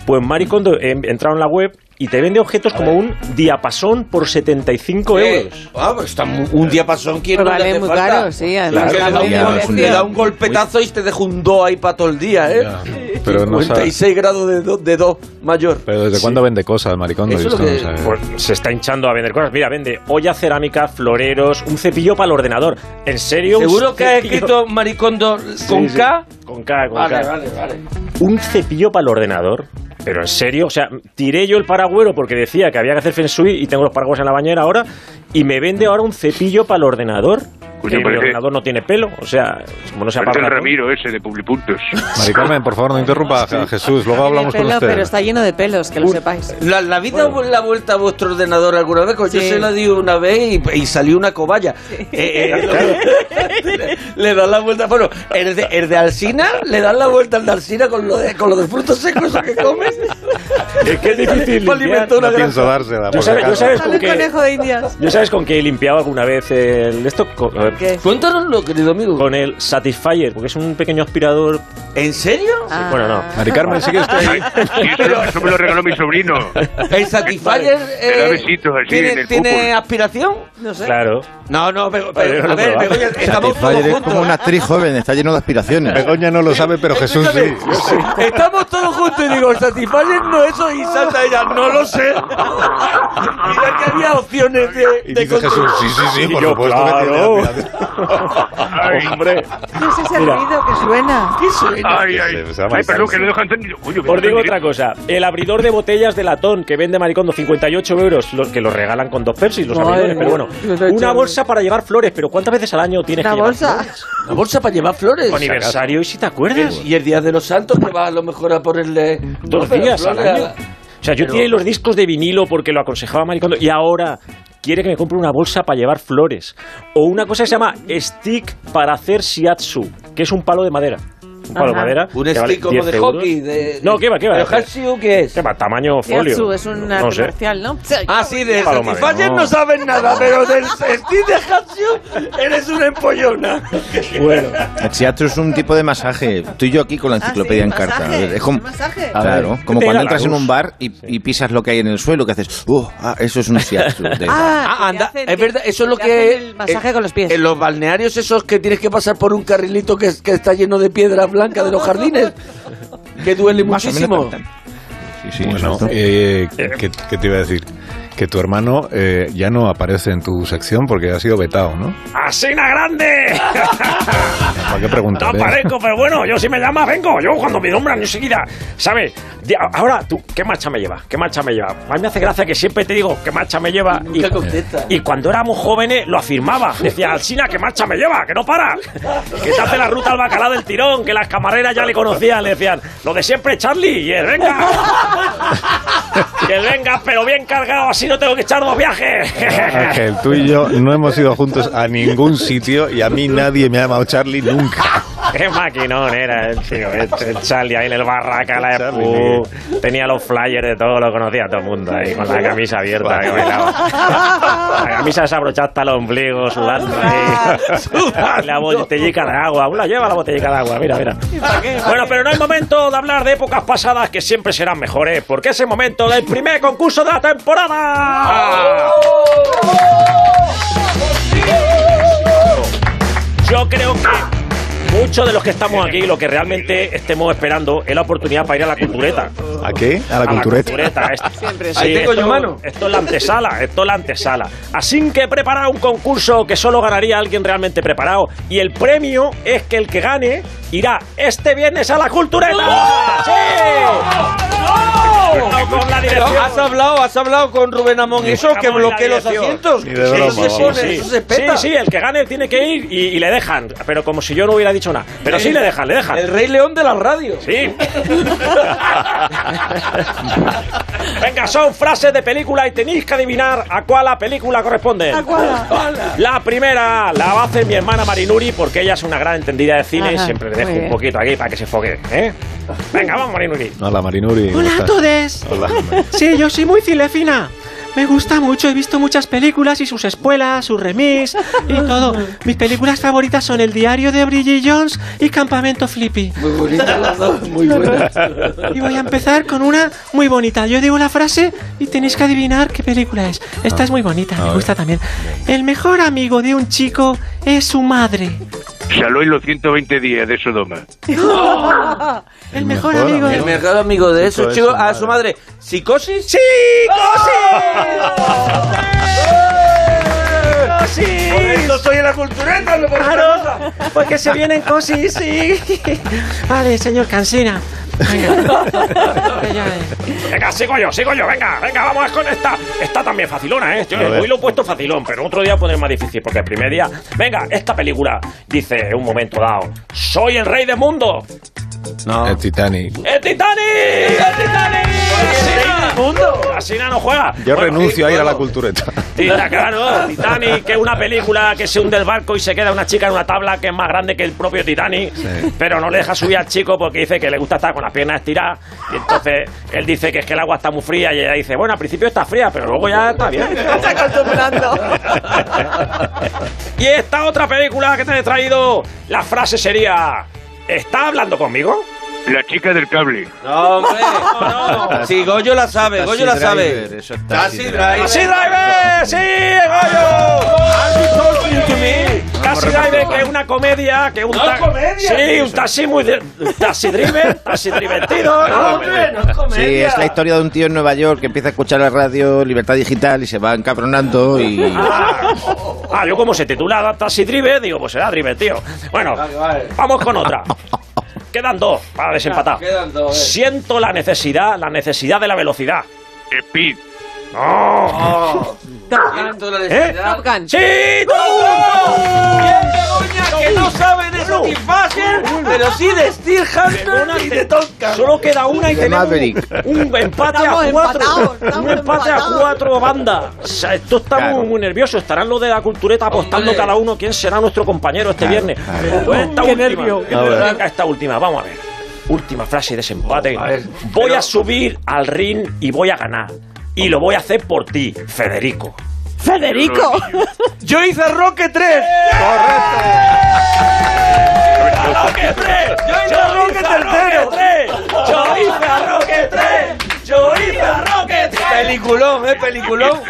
D: Pues Maricondo entraron en la web y te vende objetos como un diapasón por 75
B: Eh,
D: euros.
B: Ah, pues está mu- un diapasón quiere
D: Pero
B: no le
D: vale,
B: hace
D: muy
B: falta.
D: caro, sí, además
B: Claro,
D: está
B: le da un
D: muy bien.
B: gol-
D: Es un
B: le da
D: día.
B: un golpetazo y te deja un do ahí para todo el día, ¿eh?
A: Pero no sabe-
B: 56 grados de do, de do mayor.
A: Pero ¿desde cuándo vende cosas, maricondo?
D: Eso
A: Yo
D: es lo
A: esto no
D: que-
A: sabía.
D: pues, se está hinchando a vender cosas. Mira, vende olla cerámica, floreros, un cepillo para el ordenador. ¿En serio? ¿Un
B: ¿Seguro que ha
D: cepillo?
B: escrito Maricondo con
D: sí.
B: K?
D: Con K, con
B: Vale,
D: K.
B: vale, vale.
D: un cepillo para el ordenador. Pero en serio, o sea, tiré yo el paragüero porque decía que había que hacer fensui y tengo los paraguas en la bañera ahora y me vende ahora un cepillo para el ordenador.
N: Coño,
D: que mi
N: parece-
D: ordenador no tiene pelo, o sea, como no se
N: Falta Este el
D: aparta.
N: Ramiro ese de Publipuntos.
A: Maricarmen, por favor, no interrumpa a Jesús. Luego hablamos con
C: pelo,
A: usted.
C: pero está lleno de pelos, que lo sepáis.
B: ¿La, la habéis dado la vuelta a vuestro ordenador alguna vez? Pues Yo
C: Sí.
B: se la di una vez y, y salió una cobaya. Eh, eh, le, le dan la vuelta. Bueno, el de, el de Alsina, le dan la vuelta al de Alsina con lo de, con lo de frutos secos que comes.
D: Es que es difícil.
B: Para
D: limpiar.
B: alimentar una
D: No
B: granja.
D: pienso dársela, Yo por si sabes- yo acaso. sabes con
C: Sale un
D: qué-
C: conejo de indias.
D: ¿Ya sabes con qué he limpiado alguna vez el esto? Con- eh,
C: ¿Qué?
B: Cuéntanoslo, querido amigo.
D: Con el Satisfyer, porque es un pequeño aspirador.
B: ¿En serio?
D: Bueno, no.
A: Maricarmen, sigue usted ahí.
N: Y eso, lo- eso me lo regaló mi sobrino.
B: El Satisfyer
N: Te da
B: eh,
N: besitos así en
B: ¿tiene,
N: el
B: ¿tiene
N: púpul.
B: aspiración?
C: No sé.
D: Claro.
B: No, no, pero,
D: Pero
B: pero-
D: no
B: a
D: lo
B: ver,
D: probaba.
B: Begoña, estamos todos
K: Satisfyer es
B: juntos.
K: como una actriz joven, está lleno de aspiraciones.
A: Begoña no lo sabe, pero Jesús sí.
B: Estamos todos juntos y digo, Satisfyer no eso y salta ella, no lo sé. Mira que había opciones de,
A: Y
B: de
A: dice Jesús, sí, sí, sí,
D: Y
A: por
D: yo,
A: supuesto que tiene
D: claro.
A: aspiración.
D: Hombre.
C: ¿Qué es ese
D: Mira.
C: ruido que suena?
B: ¿Qué suena?
N: Ay, ay.
A: Se- se llama
N: Ay, perdón, que
A: Samsung.
N: lo dejan encendido. Coño, que
D: Os
N: está
D: digo
N: en
D: otra cosa, el abridor de botellas de latón que vende Maricondo 58 euros, los que los regalan con dos Pepsi, los
C: Madre
D: abridores, pero bueno,
C: mía, 58
D: una bolsa para llevar flores, pero ¿cuántas veces al año tienes
C: Una
D: que llevar
C: bolsa.
D: flores?
B: La bolsa para llevar flores.
D: Tu aniversario y si te acuerdas,
B: Y el día de los santos que va a lo mejor a ponerle
D: dos
B: pero
D: días al
B: flores a
D: año.
B: la-
D: O sea, yo
B: Pero-
D: tiré los discos de vinilo porque lo aconsejaba Maricondo y ahora quiere que me compre una bolsa para llevar flores o una cosa que se llama stick para hacer shiatsu, que es un palo de madera. Un palo de
C: Ajá.
D: madera.
B: Un
D: que vale
B: stick como
D: 10
B: de
D: euros.
B: hockey. De,
D: No, ¿qué va? ¿Qué va?
B: ¿Pero Hatsu qué es?
D: ¿Qué va? Tamaño folio.
C: Yatsu es un arte
D: no sé.
C: marcial, ¿no?
B: Ah, sí, de
D: Paloma,
B: Satisfyer
D: no.
B: no. sabes nada, pero del Steve de Hatsu eres una empollona.
D: Bueno.
K: El shiatsu es un tipo de masaje. Tú y yo aquí con la enciclopedia
C: Ah, sí,
K: en carta.
C: masaje,
K: Es como,
C: es masaje.
K: claro, como
D: Te
K: cuando
D: da la
K: entras en
D: luz.
K: un bar y, y pisas lo que hay en el suelo, que haces, "Uh, ah, eso es un shiatsu. De-
C: Ah,
B: Ah,
C: que te
B: anda,
C: hacen-
B: es
C: que-
B: verdad, eso es lo
C: te
B: que
C: hacen el masaje
B: en-
C: con los pies.
B: En los balnearios esos que tienes que pasar por un carrilito que, es- que está lleno de piedras blancas de los jardines, que duele
K: Más o menos
B: muchísimo.
K: tan- tan- Sí, sí,
A: Bueno,
K: exacto.
A: eh, ¿qué, qué te iba a decir? Que tu hermano eh, ya no aparece en tu sección porque ha sido vetado, ¿no?
D: ¡Asina grande!
A: ¿Para qué
D: No
A: preguntar? eh?
D: aparezco, pero bueno, yo si me llamas, vengo. Yo cuando me nombran enseguida, ¿sabes? Di- Ahora, tú, ¿qué marcha me lleva? ¿Qué marcha me lleva? A mí me hace gracia que siempre te digo, ¿qué marcha me lleva? Y,
B: Nunca contesta.
D: y cuando éramos jóvenes lo afirmaba. Decía, Alsina, ¿qué marcha me lleva? Que no para. Que te hace la ruta al bacalao del tirón, que las camareras ya le conocían. Le decían, lo de siempre, Charlie. Y él, venga. Que venga, pero bien cargado, así no tengo que echar dos viajes.
A: Ángel, tú y yo no hemos ido juntos a ningún sitio y a mí nadie me ha llamado Charlie nunca.
D: Qué maquinón era el tío, este, el Charlie ahí en el barraca, la
A: Charlie,
D: EPU. Tenía los flyers de todo, lo conocía todo el mundo ahí, con la camisa abierta que bailaba. La camisa desabrochada hasta el ombligo, sudando ahí. La botellica de agua, aún la lleva la botellica de agua, mira, mira. Bueno, pero no es momento de hablar de épocas pasadas que siempre serán mejores, porque es el momento del primer concurso de la temporada. Yo creo que muchos de los que estamos aquí, lo que realmente estemos esperando es la oportunidad para ir a la cultureta.
A: ¿A qué? A la cultureta.
D: esto-
C: Siempre,
D: sí,
B: Ahí tengo
D: esto-
B: yo mano.
D: Esto es la antesala, esto es la antesala. Así que he preparado un concurso que solo ganaría alguien realmente preparado. Y el premio es que el que gane irá este viernes a la cultureta. ¡Sí! ¡No! Con la
B: Pero
D: dirección.
B: has hablado, has hablado con Rubén Amón, eso que
D: Ramón y la
B: bloquee los
D: dirección.
B: asientos.
A: Ni de broma,
B: eso, se
A: vamos.
B: pone,
D: Sí,
B: eso se peta.
D: sí, sí, el que gane tiene que ir y, y le dejan. Pero como si yo no hubiera dicho nada. Pero sí le dejan, le dejan.
B: El Rey León de la radio.
D: Sí. Venga, son frases de película y tenéis que adivinar a cuál la película corresponde.
C: ¿A cuál?
D: La primera la va a hacer mi hermana Marinuri porque ella es una gran entendida de cine y
C: Ajá,
D: siempre le
C: muy
D: dejo un
C: bien.
D: poquito aquí para que se fogue. ¿eh? Venga, vamos Marinuri.
A: Hola, Marinuri. ¿cómo
O: Hola a
A: estás?
O: todos.
A: Hola.
O: Sí, yo soy muy filefina. Me gusta mucho, he visto muchas películas y sus espuelas, sus remis y todo. Mis películas favoritas son El diario de Bridget Jones y Campamento Flippy.
B: Muy bonita las dos, muy buena.
O: Y voy a empezar con una muy bonita. Yo digo la frase y tenéis que adivinar qué película es. Esta es muy bonita,
N: A
O: me
N: ver.
O: gusta también. El mejor amigo de un chico es su madre.
N: Saló en los 120 días de Sodoma.
O: El mejor amigo de
B: El mejor amigo de
N: Chico
B: esos
N: de
B: chicos.
N: su
B: A su madre. ¿Psicosis? ¡Sí!
O: ¡Sí!
J: Por eso
B: soy en la cultureta, me parece
O: Claro, porque se vienen cosis, sí. Vale, señor Cansina.
D: Venga, sigo yo, sigo yo, venga, venga, vamos con esta. Esta también facilona, ¿eh? Yo,
A: A ver.
D: hoy lo he puesto facilón, pero otro día pondré más difícil, porque el primer día. Venga, esta película dice en un momento dado: ¡Soy el rey del mundo!
A: No. El Titanic.
D: ¡El Titanic! ¡El Titanic! ¡El rey del mundo! Asina no juega.
A: Yo
D: Bueno,
A: renuncio a ir a la cultureta.
D: Tita, claro, Titanic, que es una película que se hunde el barco y se queda una chica en una tabla que es más grande que el propio Titanic,
A: Sí.
D: pero no le deja subir al chico porque dice que le gusta estar con las piernas estiradas. Y entonces él dice que es que el agua está muy fría y ella dice, bueno, al principio está fría, pero luego ya está bien.
C: Está acostumbrando.
D: Y esta otra película que te he traído, la frase sería, ¿está hablando conmigo?
N: La chica del cable.
B: No, hombre. Sí, Goyo la sabe, Goyo la sabe. Taxi driver.
D: ¡Taxi Driver! ¡Sí, Goyo! Taxi Driver, que es una comedia, que es un
B: No es
D: ta-
B: comedia.
D: Sí, un taxi muy... de- Taxi Driver, taxi divertido.
K: No,
D: hombre, no
K: Sí, es la historia de un tío en Nueva York que empieza a escuchar la radio Libertad Digital y se va encabronando y...
D: Ah, yo como se titula Taxi Driver, digo, pues será Driver, tío. Bueno, vamos con otra. Quedan dos para desempatar.
B: Quedan dos, eh.
D: Siento la necesidad, la necesidad de la velocidad.
N: Speed.
B: Oh.
D: ¡No! ¿Eh?
C: Top Gun.
D: ¡Sí!
B: ¡Uh! Que no sabe de Satisfyer, pero sí de Steel Hunter y de Top Gun.
D: Solo queda una y
K: De
D: tenemos
K: Maverick.
D: un empate
C: Estamos
D: a cuatro.
C: empatados, estamos
D: Un empate a
C: empatados.
D: cuatro bandas. O sea, esto está
K: Claro.
D: muy, muy nervioso. Estarán los de la cultureta apostando
B: Hombre.
D: cada uno quién será nuestro compañero este
K: Claro,
D: viernes.
K: claro.
D: Pues esta
O: Qué
D: última.
O: nervio.
D: Qué
A: A ver.
D: nervio. Venga, esta última, vamos a ver. Última frase de desempate. voy a subir al ring y voy a ganar. Y lo voy a hacer por ti, Federico.
C: Federico.
B: Yo hice Roque 3.
D: ¡Roque 3! ¡Eh! ¡Yo hice Roque tercero! ¡Yo hice a Roque 3! ¡Yo hice a Roque Este. 3!
B: Peliculón, eh, peliculón.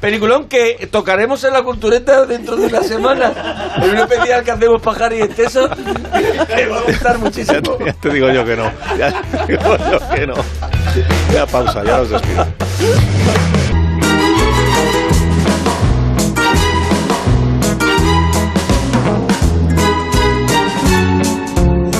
B: Peliculón que tocaremos en la cultureta dentro de una semana. En un especial que hacemos pajar y exceso. Te va a gustar muchísimo.
A: Ya te digo yo que no. Ya te digo yo que no. Ya pausa, ya los despido.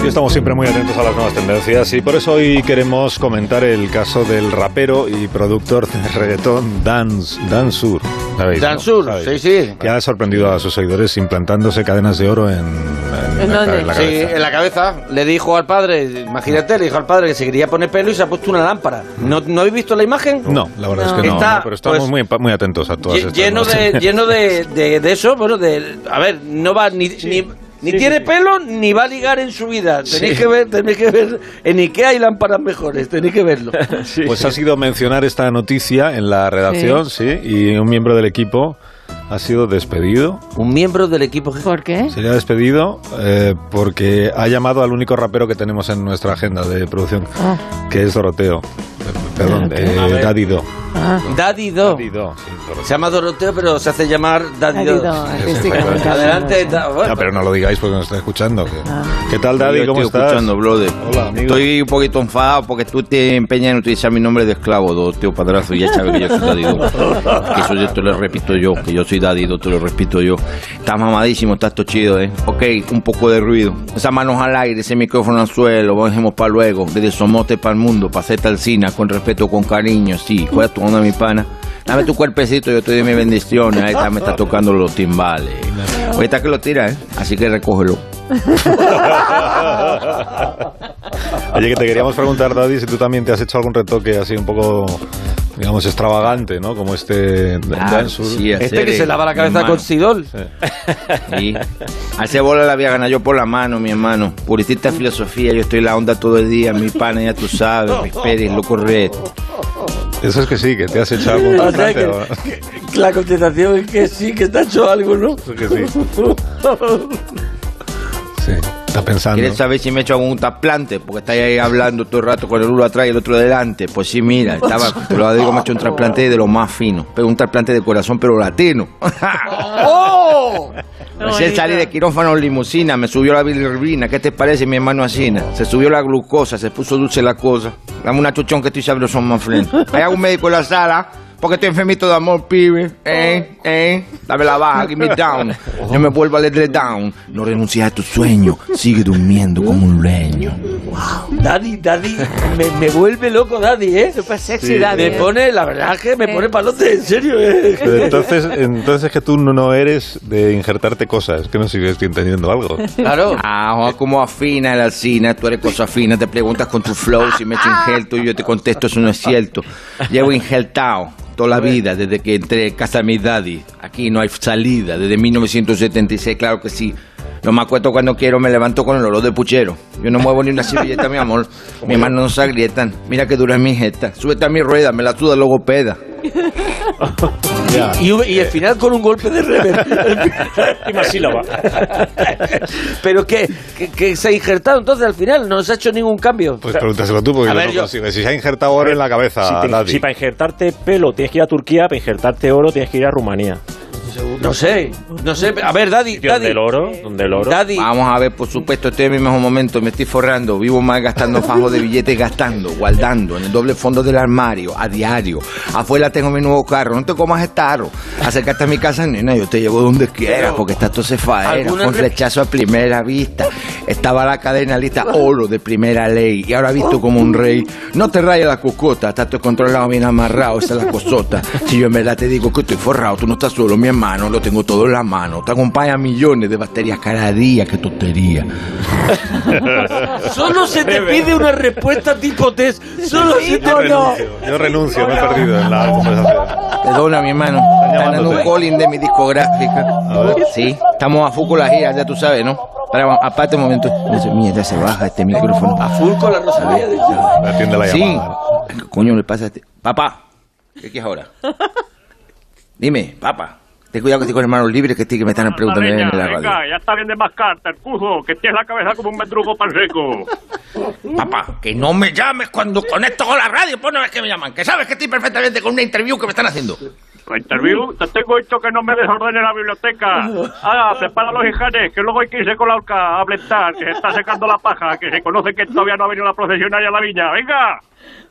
A: Y estamos siempre muy atentos a las nuevas tendencias y por eso hoy queremos comentar el caso del rapero y productor de reggaetón Dans, Dansur. ¿Sabéis, no?
B: Dansur,
A: ¿Sabéis?
B: sí.
A: Que ha sorprendido a sus seguidores implantándose cadenas de oro en, en
B: ¿En
A: la-
B: dónde?
A: en la
B: sí,
A: cabeza.
B: en la cabeza. Le dijo al padre, imagínate, le dijo al padre que se quería poner pelo y se ha puesto una lámpara. ¿No, no habéis visto la imagen?
A: No, la verdad es que no,
B: Está,
A: no, pero estamos
B: pues,
A: muy, empa- muy atentos a todas
B: lle-
A: estas
B: lleno de,
A: nuevas-
B: lleno de, de- de eso, bueno, de, a ver, no va ni... ni ni tiene pelo ni va a ligar en su vida. Tenéis que ver, tenéis que ver. En Ikea hay lámparas mejores, tenéis que verlo.
A: Pues ha sido mencionar esta noticia en la redacción, sí, y un miembro del equipo ha sido despedido.
B: Un miembro del equipo.
C: ¿Por qué?
A: Sería despedido eh, porque ha llamado al único rapero que tenemos en nuestra agenda de producción,
C: Ah.
A: que es Doroteo. Eh, Perdón, eh,
B: A ver.
A: Daddy Do.
C: Ah.
B: Daddy Do.
A: Daddy Do, sí,
B: Se llama Doroteo, pero se hace llamar Daddy,
C: Daddy
B: Do.
C: Do,
A: sí,
C: artísticamente
A: sí, sí.
B: Adelante, da- bueno.
A: Ya, Ah, pero no lo digáis porque nos está escuchando. que-
C: Ah.
A: ¿Qué tal,
K: Yo
A: Daddy? ¿Cómo
K: estoy
A: estás?
K: escuchando, brother.
A: Hola, amigo.
K: Estoy un poquito enfadado porque tú te empeñas en utilizar mi nombre de esclavo, do, tío padrazo, y ya sabes que yo soy dadido. Que eso yo te lo repito yo, que yo soy dadido, te lo repito yo. Estás mamadísimo, estás todo chido, ¿eh? Ok, un poco de ruido. Esas manos al aire, ese micrófono al suelo, bajemos para luego. Desde Somote para el mundo, paseta al cina, con respeto, con cariño, sí. Cuida tu onda, mi pana. Dame tu cuerpecito, yo te doy mi bendición. Ahí está, me está tocando los timbales. Ahorita que lo tira, ¿eh? Así que recógelo.
A: Ah, Oye, que te queríamos preguntar, Daddy, si tú también te has hecho algún retoque así un poco, digamos, extravagante, ¿no? Como este...
B: Ah,
A: Dansur.
K: sí, hacer,
B: Este que
K: eh,
B: se lava la cabeza
K: hermano.
B: con Sidol.
K: Sí. Hace bola la había ganado yo por la mano, mi hermano. Puritista filosofía, yo estoy en la onda todo el día, mi pana, ya tú sabes, mis peris, lo correcto.
A: Eso es que sí, que te has hecho algo.
B: O sea que- que la contestación es que sí, que te ha hecho algo, ¿no?
A: que sí. Está pensando.
K: ¿Quieres saber si me he hecho algún taplante? Porque estáis ahí hablando todo el rato con el uno atrás y el otro delante. Pues sí, mira, estaba, te lo digo, me he hecho un trasplante de lo más fino. Pero un trasplante de corazón, pero latino.
C: ¡Oh!
K: Recién salí de quirófano en limusina, me subió la bilirrubina. ¿Qué te parece, mi hermano Asina? Se subió la glucosa, se puso dulce la cosa. Dame una chuchón que estoy sabroso, my friend. Hay algún médico en la sala, porque estoy enfermito de amor, pibe. ¿Eh? ¿Eh? Dame la baja, give me down. No me vuelvo a leer down. No renuncies a tu sueño, sigue durmiendo como un leño.
B: Daddy, Daddy, me, me vuelve loco Daddy, ¿eh? Súper
A: sexy, Daddy,
B: Me
A: ¿eh?
B: pone, la verdad es que me pone palote, en serio, ¿eh?
A: Pero entonces, entonces que tú no eres de injertarte cosas, que no sé si estoy entendiendo algo.
K: Claro. Ah, joder, como afina la cina, tú eres cosa fina, te preguntas con tu flow si me echo injerto y yo te contesto eso no es cierto. Llevo injertado toda la vida desde que entré en casa de mi daddy. Aquí no hay salida, desde 1976, claro que sí. No me acuerdo cuando quiero, me levanto con el olor de puchero. Yo no muevo ni una servilleta, mi amor. Mis manos no se agrietan. Mira que dura mi gesta. Súbete a mi rueda, me la suda el logopeda.
B: Y, y al final con un golpe de rever.
D: Y más sílaba.
B: Pero que, que, que se ha injertado entonces al final, no se ha hecho ningún cambio.
A: Pues pregúntaselo tú, porque
B: A
A: yo
B: ver,
A: no
B: yo-
A: consigo. Si se ha injertado oro en la cabeza,
D: Si, te-
A: Daddy.
D: si para injertarte pelo tienes que ir a Turquía, para injertarte oro tienes que ir a Rumanía.
B: No sé, no sé. A ver, Daddy, Daddy.
D: el oro? ¿Dónde el oro?
K: Vamos a ver, por supuesto, este es mi mejor momento. Me estoy forrando, vivo más gastando fajos de billetes, gastando, guardando en el doble fondo del armario, a diario. Afuera tengo mi nuevo carro, no te comas el tarro. Acércate a mi casa, nena, yo te llevo donde quieras, porque está todo cefaera.
P: ¿Alguna
K: Fue un
P: re-
K: flechazo a primera vista. Estaba la cadena lista oro de primera ley, y ahora visto como un rey. No te rayes la cocota, estás todo controlado, bien amarrado, esa es la cosota. Si yo en verdad te digo que estoy forrado, tú no estás solo, mi hermano, lo tengo todo en la mano. Te acompaña millones de bacterias cada día, qué tontería.
B: Solo se te pide una respuesta tipo test. Solo se te
A: Yo renuncio, me he perdido en la conversación.
K: Perdona, mi hermano. Están dando un calling de mi discográfica. Sí, estamos a full con la gira, ya tú sabes, ¿no? Pero vamos, aparte un momento. Dice, Mierda, se baja este micrófono. A full
B: con la Rosalía.
A: Atiende la
K: Sí.
A: llamada.
K: ¿Qué coño le pasa a este? Papá, ¿qué quieres ahora? Dime, papá. Ten cuidado que estoy con hermanos libres que, estoy- que me están preguntando en
Q: Venga,
K: la radio.
Q: venga, ya está bien de mascarte, arcujo, que tienes la cabeza como un metruco pan seco.
K: Papá, que no me llames cuando conecto con la radio, pues no es que me llaman, que sabes que estoy perfectamente con una interview que me están haciendo.
Q: La interview, te tengo dicho que no me desordene la biblioteca. Ah, separa los hijanes, que luego hay que irse con la orca a blentar, que se está secando la paja, que se conoce que todavía no ha venido la procesionaria a la viña. ¡Venga!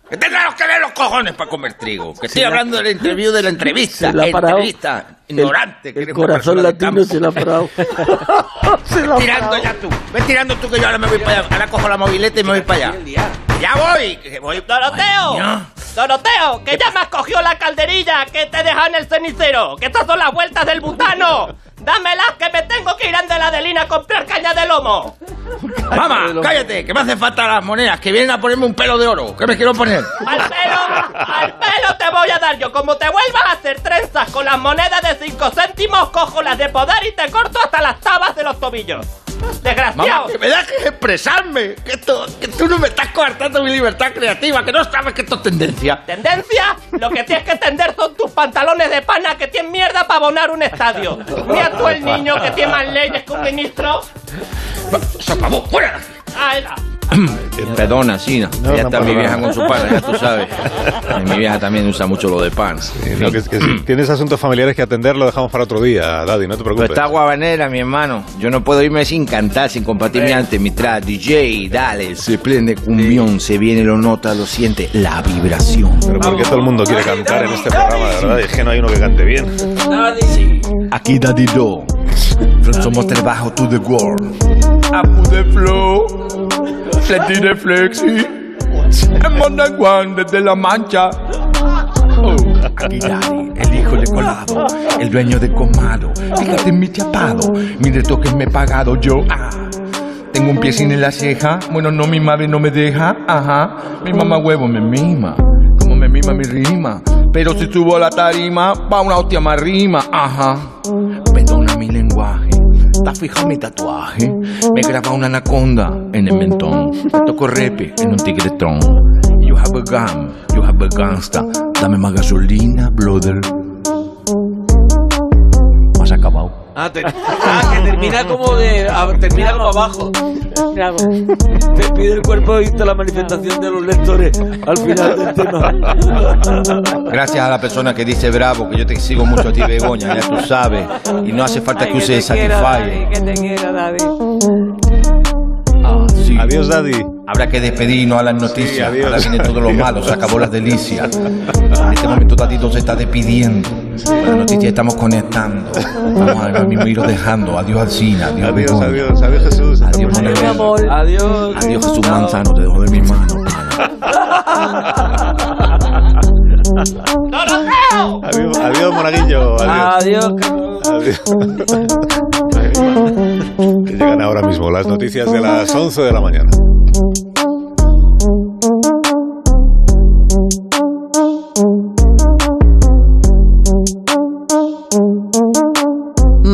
K: Que tengan que ver los cojones para comer trigo. Que estoy hablando de la interview de la entrevista.
B: Se la ha parado.
K: entrevista. Ignorante. que
B: El,
K: eres una
B: corazón
K: persona del
B: latino se la ha parado.
K: campo. Ve tirando ya tú. Ven tirando tú que yo ahora me voy para allá. Ahora cojo la mobileta y me voy para allá. Ya voy. que voy.
J: ¡Doroteo! ¡Doroteo! ¡Que ya me has cogido la calderilla! ¡Que te he dejado en el cenicero! ¡Que estas son las vueltas del butano! ¡Dámelas que me tengo que ir a la delina a comprar caña de lomo!
K: Mamá, cállate. Que me hacen falta las monedas. Que vienen a ponerme un pelo de oro. Que me quiero poner.
J: ¡Al pelo te voy a dar yo! Como te vuelvas a hacer trenzas con las monedas de 5 céntimos, cojo las de podar y te corto hasta las tabas de los tobillos.
K: Mamá,
J: ¡Desgraciado!
K: que me dejes expresarme. Que, esto, que tú no me estás coartando mi libertad creativa. Que no sabes que esto es tendencia.
J: ¿Tendencia? Lo que tienes que tender son tus pantalones de pana que tienen mierda para abonar un estadio. Mira tú el niño que tiene más leyes que un ministro. Ah,
K: Se acabó. Fuera.
J: Ay,
K: Eh, Perdona, Sina.
A: No,
K: ya
A: no
K: está
A: pasa
K: mi vieja
A: nada.
K: con su pan, ya tú sabes. Y mi vieja también usa mucho lo de pan.
A: No, que- que si tienes asuntos familiares que atender, lo dejamos para otro día, Daddy, no
K: Pero
A: te preocupes.
K: está guabanera, mi hermano. Yo no puedo irme sin cantar, sin compartir mi arte, mi trap, DJ, dale. Se prende cumbión, se viene, lo nota, lo siente, la vibración.
A: Pero porque todo el mundo quiere cantar en este programa, de verdad, es que no hay uno que cante bien.
K: Aquí Daddy Do. Somos trabajo to the world. Apu de flow. Flexi de flexi. En Monday One desde La Mancha. Oh. Aquí Daddy, el hijo de colado. El dueño de comado. Fíjate en mi chapado. Mi retoque me he pagado yo. Ah. Tengo un piercing en la ceja. Bueno, no, mi madre no me deja. Ajá. Mi mamá huevo me mima. Como me mima mi rima. Pero si subo a la tarima, va una hostia más rima. Ajá. Perdona mi lenguaje. Está fija mi tatuaje. Me graba una anaconda en el mentón. Me toco repe en un tigretón. You have a gun, you have a gangsta. Dame más gasolina, brother. Más acabado.
B: Ah, te- ah, que termina como de. a- termina como abajo. Te pide el cuerpo y te la manifestación de los lectores al final este del tema.
I: ah.
K: Gracias a la persona que dice bravo, que yo te sigo mucho a ti, Begoña, ya tú sabes. Y no hace falta que uses Satisfyer.
P: Que te quiero, Ah, Daddy.
K: Adiós, Daddy. Habrá que despedirnos a las noticias. Ahora viene todo lo malo, se acabó la delicia. En este momento Tatito se está despidiendo. Con las noticias estamos conectando. Vamos al mismo ir dejando. Adiós Alcina, adiós
A: Adiós,
K: Begoña.
A: adiós, adiós Jesús.
K: Adiós, Monabel.
B: Adiós.
K: Adiós Jesús Manzano, te dejo de mi mano.
A: Adiós, adiós Monaguillo. Adiós. Adiós. Que llegan ahora mismo las noticias de las 11 de la mañana.